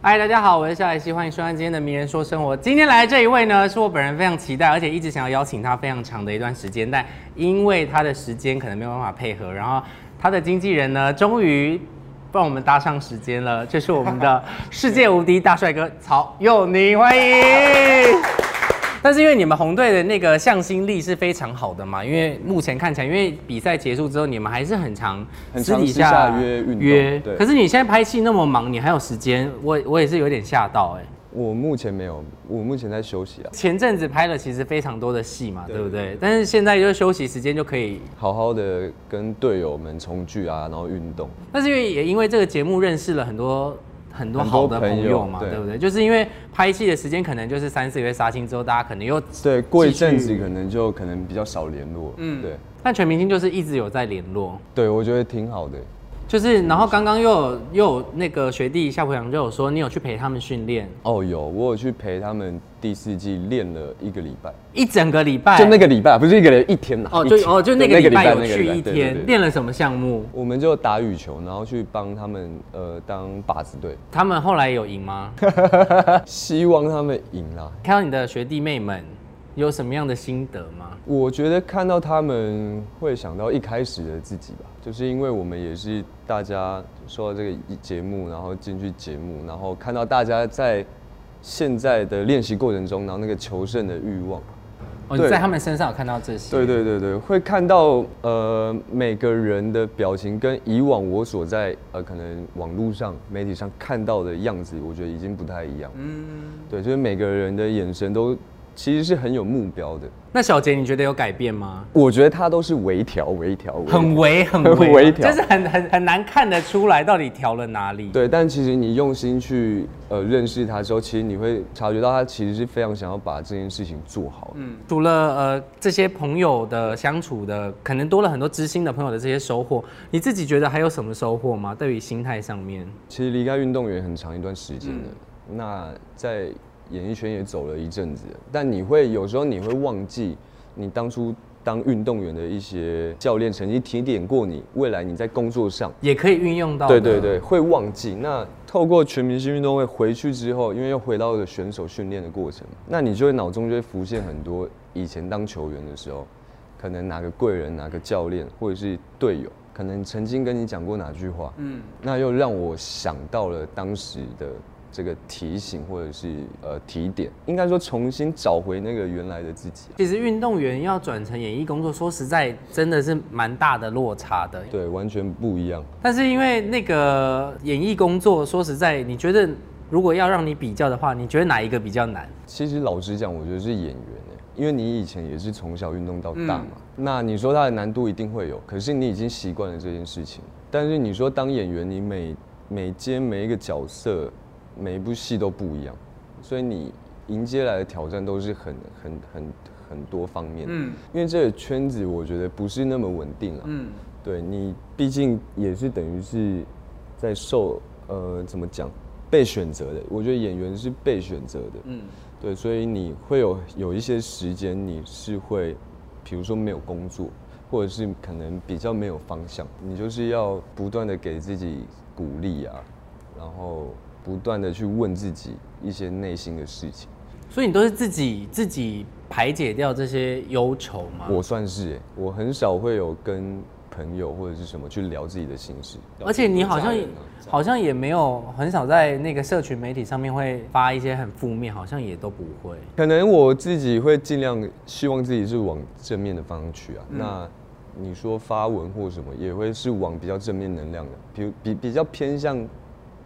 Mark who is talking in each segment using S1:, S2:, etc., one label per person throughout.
S1: 嗨，大家好，我是肖海西，欢迎收看今天的《名人说生活》。今天来这一位呢，是我本人非常期待，而且一直想要邀请他非常长的一段时间，但因为他的时间可能没有办法配合，然后他的经纪人呢，终于帮我们搭上时间了。这是我们的世界无敌大帅哥曹佑宁，欢迎。但是因为你们红队的那个向心力是非常好的嘛，因为目前看起来，因为比赛结束之后，你们还是很常
S2: 很常私下约运动
S1: 约
S2: 对
S1: 可是你现在拍戏那么忙，你还有时间，我我也是有点吓到哎、
S2: 我目前没有，我目前在休息啊，
S1: 前阵子拍了其实非常多的戏嘛，
S2: 对
S1: 对不
S2: 对
S1: 对？但是现在就是休息时间就可以，
S2: 好好的跟队友们重聚啊，然后运动。
S1: 但是因为也因为这个节目认识了很多。很多
S2: 很多
S1: 好的朋
S2: 朋友
S1: 友嘛，
S2: 对
S1: 对不对？就是因为拍戏的时间可能就是三四个月杀青之后，大家可能又
S2: 对，过一
S1: 继续
S2: 阵子可能就可能比较少联络。嗯，对，
S1: 但全明星就是一直有在联络，
S2: 对我觉得挺好的。
S1: 就是，然后刚刚又有又有那个学弟夏国阳就有说，你有去陪他们训练
S2: 哦，有，我有去陪他们第四季练了一个礼拜，
S1: 一整个礼拜，
S2: 就那个礼拜，不是一个人一天呐、
S1: 哎哦，
S2: 一
S1: 就
S2: 天
S1: 哦就那个
S2: 对
S1: 礼拜有
S2: 那个
S1: 去
S2: 礼拜
S1: 一
S2: 对对对
S1: 天，练了什么项目？
S2: 我们就打羽球，然后去帮他们呃当靶子队，
S1: 他们后来有赢吗？
S2: 希望他们赢啦。
S1: 看到你的学弟妹们有什么样的心得吗？
S2: 我觉得看到他们会想到一开始的自己吧，就是因为我们也是大家受到这个节目，然后进去节目，然后看到大家在现在的练习过程中，然后那个求胜的欲望，
S1: 哦，
S2: 对
S1: 你在他们身上有看到这些？
S2: 对对对对，会看到呃每个人的表情跟以往我所在呃可能网络上媒体上看到的样子，我觉得已经不太一样。嗯，对，就是每个人的眼神都其实是很有目标的，
S1: 那小杰，你觉得有改变吗？
S2: 我觉得他都是微调微调，微调
S1: 很微很
S2: 很
S1: 微，
S2: 微
S1: 就
S2: 调
S1: 是很很很难看得出来到底调了哪里。
S2: 对，但其实你用心去呃认识他之后，其实你会察觉到他其实是非常想要把这件事情做好。嗯，
S1: 除了呃这些朋友的相处的，可能多了很多知心的朋友的这些收获，你自己觉得还有什么收获吗？对于心态上面，
S2: 其实离开运动员很长一段时间了，那在演艺圈也走了一阵子了，但你会有时候你会忘记你当初当运动员的一些教练曾经提点过你，未来你在工作上
S1: 也可以运用到。
S2: 对对，对，会忘记。那透过全明星运动会回去之后，因为又回到了选手训练的过程，那你就会脑中就会浮现很多以前当球员的时候，可能哪个贵人、哪个教练或者是队友，可能曾经跟你讲过哪句话，嗯，那又让我想到了当时的。这个提醒或者是呃提点，应该说重新找回那个原来的自己啊、
S1: 其实运动员要转成演艺工作，说实在真的是蛮大的落差的。
S2: 对，完全不一样。
S1: 但是因为那个演艺工作，说实在，你觉得如果要让你比较的话，你觉得哪一个比较难？
S2: 其实老实讲，我觉得是演员哎，因为你以前也是从小运动到大嘛，那你说它的难度一定会有，可是你已经习惯了这件事情。但是你说当演员，你每每接每一个角色，每一部戏都不一样，所以你迎接来的挑战都是很很很很多方面。嗯，因为这个圈子我觉得不是那么稳定啊。嗯，对你毕竟也是等于是在受呃怎么讲被选择的，我觉得演员是被选择的。嗯，对，所以你会有有一些时间你是会，比如说没有工作，或者是可能比较没有方向，你就是要不断的给自己鼓励啊，然后不断的去问自己一些内心的事情。
S1: 所以你都是自己自己排解掉这些忧愁吗？
S2: 我算是耶、我很少会有跟朋友或者是什么去聊自己的心事，聊
S1: 而且
S2: 自己
S1: 你
S2: 的
S1: 好
S2: 家
S1: 像
S2: 人啊
S1: 好像也没有很少在那个社群媒体上面会发一些很负面，好像也都不会。
S2: 可能我自己会尽量希望自己是往正面的方向去啊。那你说发文或什么，也会是往比较正面能量的，比如比比较偏向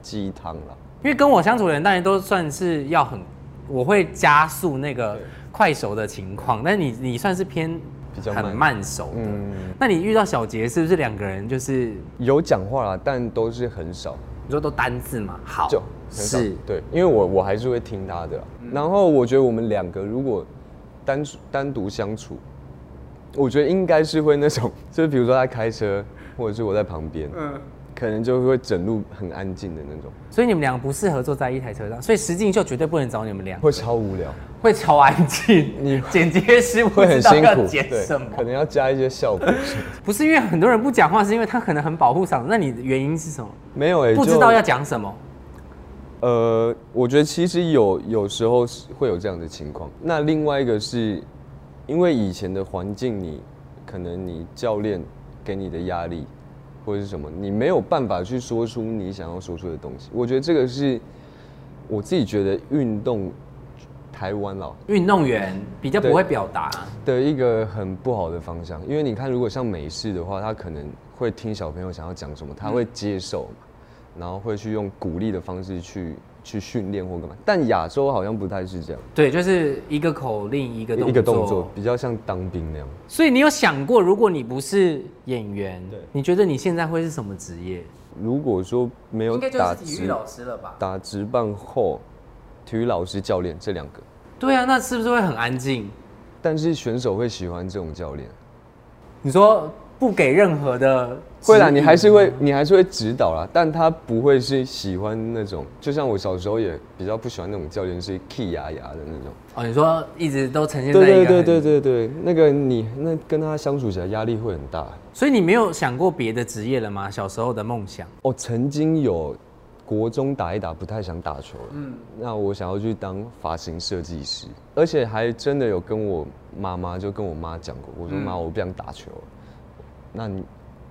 S2: 鸡汤啦。
S1: 因为跟我相处的人，当然都算是要很，我会加速那个快熟的情况，但你你算是偏
S2: 比较慢嗯
S1: 很慢熟的。那你遇到小杰是不是两个人就是
S2: 有讲话啦，但都是很少，
S1: 你说都单字嘛？好，
S2: 就很少
S1: 哦是
S2: 对，因为我我还是会听他的啦。然后我觉得我们两个如果单单独相处，我觉得应该是会那种， 就是比如说他开车，或者是我在旁边，嗯，可能就会整路很安静的那种，
S1: 所以你们两个不适合坐在一台车上，所以石进秀绝对不能找你们俩，
S2: 会超无聊。
S1: 会超安静， 你剪接师不
S2: 会很
S1: 知道
S2: 辛
S1: 要
S2: 苦，
S1: 剪什么。
S2: 可能要加一些 效果。
S1: 不是因为很多人不讲话，是因为他可能很保护嗓子。那你的原因是什么？
S2: 没有诶、欸
S1: 不知
S2: 就
S1: 道要讲什么，
S2: 呃，我觉得其实有有时候是会有这样的情况。那另外一个是，因为以前的环境你，可能你教练给你的压力或者是什么，你没有办法去说出你想要说出的东西。我觉得这个是我自己觉得运动台湾啊
S3: 运动员比较不
S2: 对
S3: 会表达，
S2: 的一个很不好的方向，因为你看，如果像美式的话，他可能会听小朋友想要讲什么，他会接受嘛，然后会去用鼓励的方式去去训练或干嘛。但亚洲好像不太是这样，
S1: 对，就是一个口令一个
S2: 一个动作比较像当兵那样。
S1: 所以你有想过，如果你不是演员
S2: 对，
S1: 你觉得你现在会是什么职业？
S2: 如果说没有
S3: 应该就
S2: 打
S3: 是体育
S2: 职
S3: 老师了吧？
S2: 打职棒后，体育老师、教练这两个，
S1: 对啊，那是不是会很安静？
S2: 但是选手会喜欢这种教练。
S1: 你说不给任何的
S2: 会啦，
S1: 指
S2: 你
S1: 引
S2: 还是会，你还是会指导啦，但他不会是喜欢那种，就像我小时候也比较不喜欢那种教练是 key 牙牙的那种。
S1: 哦，你说一直都呈现在一
S2: 对
S1: 个
S2: 对对
S1: 很
S2: 对对对，那个你那跟他相处起来压力会很大。
S1: 所以你没有想过别的职业了吗？小时候的梦想，
S2: 哦，曾经有国中打一打不太想打球了，嗯，那我想要去当发型设计师，而且还真的有跟我妈妈就跟我妈讲过，我说妈、我不想打球了，那你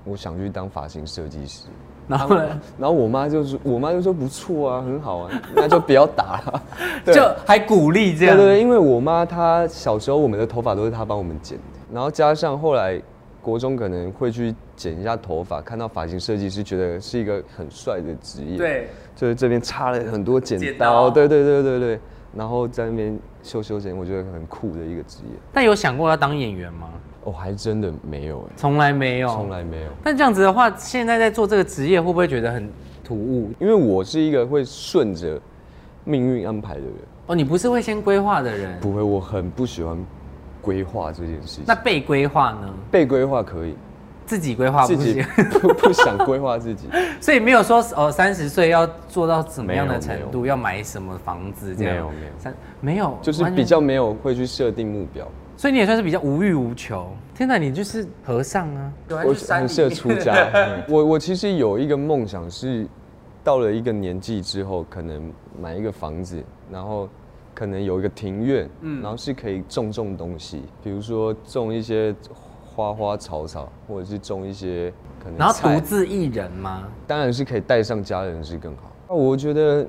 S2: 我想去当发型设计师。
S1: 然后呢，
S2: 然后我妈就是，我妈就说不错啊，很好啊， 那就不要打了。对
S1: 就还鼓励这
S2: 对对
S1: 样。
S2: 对，因为我妈她小时候我们的头发都是她帮我们剪的，然后加上后来国中可能会去剪一下头发，看到发型设计师觉得是一个很帅的职业，，
S3: 对，
S2: 就是这边插了很多剪刀，
S3: 剪刀
S2: 对对对对对，然后在那边修修剪，我觉得很酷的一个职业。
S1: 但有想过要当演员吗？
S2: 哦，还真的没有哎、
S1: 从来没有，
S2: 从来没有，
S1: 但这样子的话，现在在做这个职业，会不会觉得很突兀？
S2: 因为我是一个会顺着命运安排的人。
S1: 哦，你不是会先规划的人，
S2: 不会，我很不喜欢规划这件事情
S1: 那。被规划呢？
S2: 被规划可以，
S1: 自己规划不
S2: 自己
S1: 行，
S2: 不不想规划自己，
S1: 所以没有说哦，三十岁要做到怎么样的
S2: 没有没有
S1: 程度，要买什么房子这样，
S2: 没有没有
S1: 三没有，
S2: 就是
S1: 完全
S2: 比较没有会去设定目标。
S1: 所以你也算是比较无欲无求。天哪，你就是和尚啊！
S3: 有还
S2: 我
S3: 去山
S2: 很
S3: 里
S2: 适合
S3: 面
S2: 出家。嗯我我其实有一个梦想是，到了一个年纪之后，可能买一个房子，然后可能有一个庭院，
S1: 嗯
S2: 然后是可以种种东西，比如说种一些花花草草，或者是种一些可能
S1: 然后
S2: 菜
S1: 独自一人吗？
S2: 当然是可以带上家人是更好。我觉得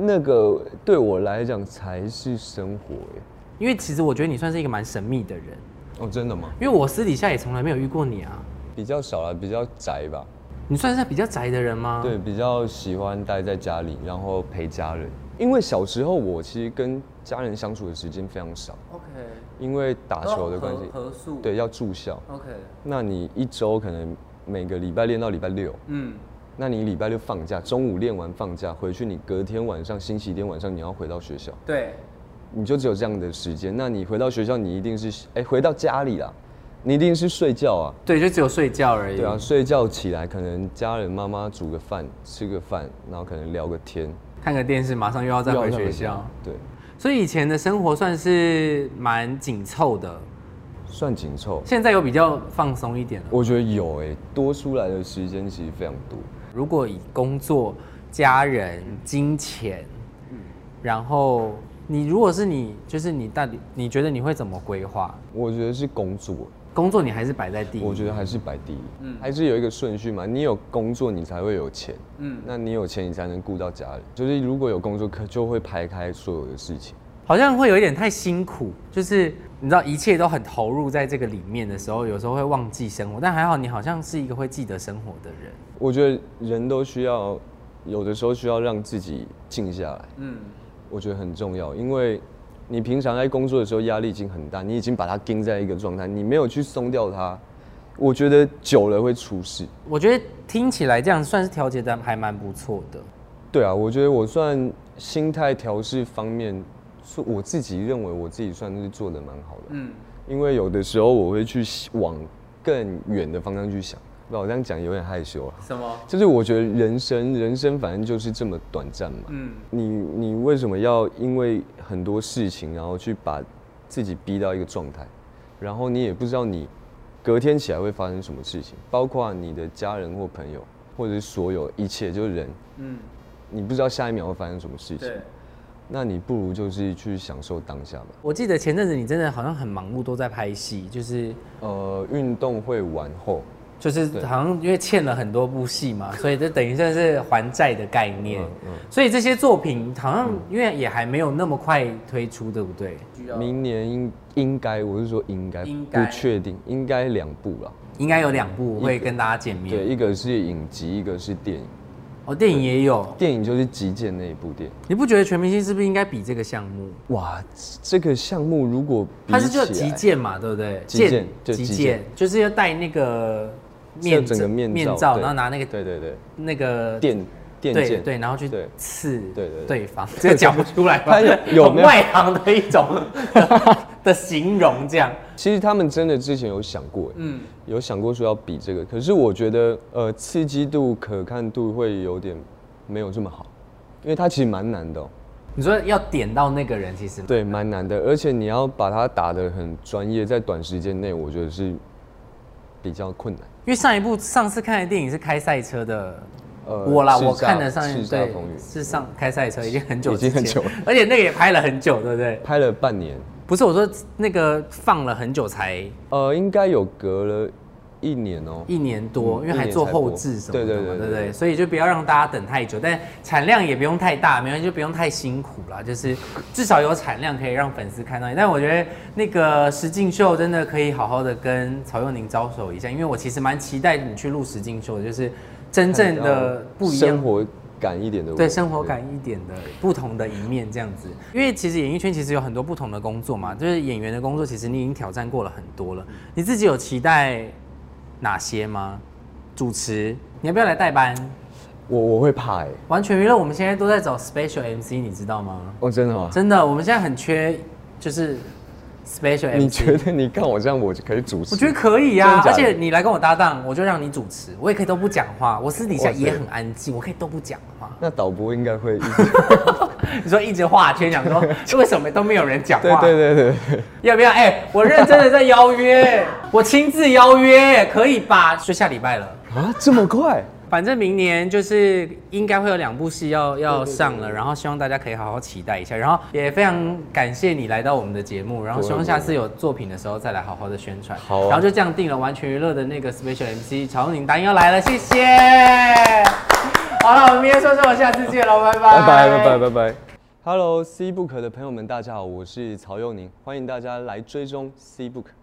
S2: 那个对我来讲才是生活耶。
S1: 因为其实我觉得你算是一个蛮神秘的人，
S2: 哦，真的吗？
S1: 因为我私底下也从来没有遇过你啊。
S2: 比较少了，比较宅吧。
S1: 你算是比较宅的人吗？
S2: 对，，比较喜欢待在家里，然后陪家人。因为小时候我其实跟家人相处的时间非常少，
S3: OK，
S2: 因为打球的关系，
S3: 合宿
S2: 对，要住校。
S3: ，OK，
S2: 那你一周可能每个礼拜练到礼拜六，
S3: 嗯，
S2: 那你礼拜六放假，中午练完放假回去，你隔天晚上、星期天晚上你要回到学校。
S3: 对，
S2: 你就只有这样的时间。那你回到学校，你一定是哎、回到家里啦，你一定是睡觉啊。
S1: 对，就只有睡觉而已。
S2: 对啊，睡觉起来可能家人妈妈煮个饭，吃个饭，然后可能聊个天，
S1: 看个电视，马上又要再回学
S2: 又要
S1: 校
S2: 上。对，
S1: 所以以前的生活算是蛮紧凑的，
S2: 算紧凑。
S1: 现在有比较放松一点了。
S2: 我觉得有哎、多出来的时间其实非常多。
S1: 如果以工作、家人、金钱，
S3: 嗯
S1: 然后你如果是你，就是你到底你觉得你会怎么规划？
S2: 我觉得是工作，
S1: 工作你还是摆在第一，
S2: 我觉得还是摆第一，
S1: 嗯
S2: 还是有一个顺序嘛。你有工作，你才会有钱，嗯，那你有钱，你才能顾到家人。就是如果有工作，可就会排开所有的事情。
S1: 好像会有一点太辛苦，就是你知道一切都很投入在这个里面的时候，有时候会忘记生活。但还好你好像是一个会记得生活的人。
S2: 我觉得人都需要，有的时候需要让自己静下来，
S3: 嗯，
S2: 我觉得很重要，因为你平常在工作的时候压力已经很大，你已经把它盯在一个状态，你没有去松掉它，我觉得久了会出事。
S1: 我觉得听起来这样算是调节的还蛮不错的。
S2: 对啊，我觉得我算心态调试方面，是我自己认为我自己算是做的蛮好的，
S3: 嗯，
S2: 因为有的时候我会去往更远的方向去想，那我这样讲有点害羞啊。
S3: 什么？
S2: 就是我觉得人生，人生反正就是这么短暂嘛。
S3: 嗯，
S2: 你你为什么要因为很多事情，然后去把自己逼到一个状态，然后你也不知道你隔天起来会发生什么事情，包括你的家人或朋友，或者是所有一切，就是人，
S3: 嗯，
S2: 你不知道下一秒会发生什么事情
S3: 对，，
S2: 那你不如就是去享受当下吧。
S1: 我记得前阵子你真的好像很忙碌，都在拍戏，就是
S2: 呃，运动会完后，
S1: 就是好像因为欠了很多部戏嘛，所以这等于算是还债的概念。所以这些作品好像因为也还没有那么快推出，对不对？
S3: 需要
S2: 明年应应该，我是说应该，
S3: 应该
S2: 不确定，应该两部啦。
S1: 应该有两部会跟大家见
S2: 对，
S1: 面。
S2: 一个是影集，一个是电影。
S1: 哦，电影也有，
S2: 电影就是《极简》那一部电影。
S1: 你不觉得全明星是不是应该比这个项目？
S2: 哇，这个项目如果比
S1: 它是
S2: 起
S1: 叫
S2: 来
S1: 极剑嘛，对不对？
S2: 击剑对
S1: 极
S2: 击
S1: 剑
S2: 剑
S1: 就是要戴那个
S2: 是
S1: 面
S2: 整个面罩
S1: 面罩，
S2: 对
S1: 然后拿那个
S2: 对对对，
S1: 那个
S2: 电电
S1: 对
S2: 剑
S1: 对，然后去
S2: 对
S1: 刺
S2: 对对对
S1: 对方，这个讲不出来吧
S2: 他有有
S1: 很
S2: 没有
S1: 外行的一 种的形容这样。
S2: 其实他们真的之前有想过，嗯，有想过说要比这个，可是我觉得呃刺激度、可看度会有点没有这么好，因为它其实蛮难的哦、
S1: 你说要点到那个人，其实
S2: 对，蛮难的，而且你要把它打得很专业，在短时间内，我觉得是比较困难。
S1: 因为上一部上次看的电影是开赛车的。
S2: 呃
S1: 我啦，
S2: 叱咤
S1: 我看的上一
S2: 叱咤
S1: 对
S2: 风云
S1: 是上开赛车已经很久
S2: 已
S1: 之
S2: 经
S1: 前，
S2: 很久了
S1: 而且那个也拍了很久，对不对？
S2: 拍了半年，
S1: 不是我说那个放了很久才
S2: 呃，应该有隔了一年哦、
S1: 一年多，因
S2: 嗯
S1: 为还做后置什么的嘛，
S2: 一
S1: 对
S2: 年才播对对对
S1: 不
S2: 对
S1: 对？
S2: 对
S1: 所以就不要让大家等太久，但产量也不用太大，没关系，就不用太辛苦啦。就是至少有产量可以让粉丝看到你。但我觉得那个石敬秀真的可以好好的跟曹佑宁招手一下，因为我其实蛮期待你去录石敬秀的，就是真正的不一样
S2: 呃生活感一点的我，
S1: 对生活感一点的不同的一面这样子。因为其实演艺圈其实有很多不同的工作嘛，就是演员的工作，其实你已经挑战过了很多了。你自己有期待哪些吗？主持，你要不要来代班？
S2: 我我会怕哎、
S1: 完全娱乐，我们现在都在找 special MC，你知道吗？
S2: 哦，真的吗？
S1: 真的，我们现在很缺，就是 special MC。
S2: 你觉得你看我这样，我就可以主持？
S1: 欸我觉得可以呀、而
S2: 真的假的
S1: 且你来跟我搭档，我就让你主持，我也可以都不讲话，我私底下
S2: 哇塞
S1: 也很安静，我可以都不讲话。
S2: 那导播应该会 一直，
S1: 你说一直画圈，想说 为什么都没有人讲
S2: 对
S1: 话？
S2: 对对对对，
S1: 要不要？哎、我认真的在邀 约，我亲自邀约，可以吧？就下礼拜了。
S2: 啊，这么快？
S1: 反正明年就是应该会有两部戏要要上了，然后希望大家可以好好期待一下，然后也非常感谢你来到我们的节目，然后希望下次有作品的时候再来好好的宣传。
S2: 好啊
S1: 然后就这样定了完全娱乐的那个 special MC 曹宁丹要来了，谢 谢。好了，我们明天说说，我下次见喽，拜拜，
S2: 拜拜拜拜拜拜。Hello C Book 的朋友们，大家好，我是曹佑宁，欢迎大家来追踪 C Book。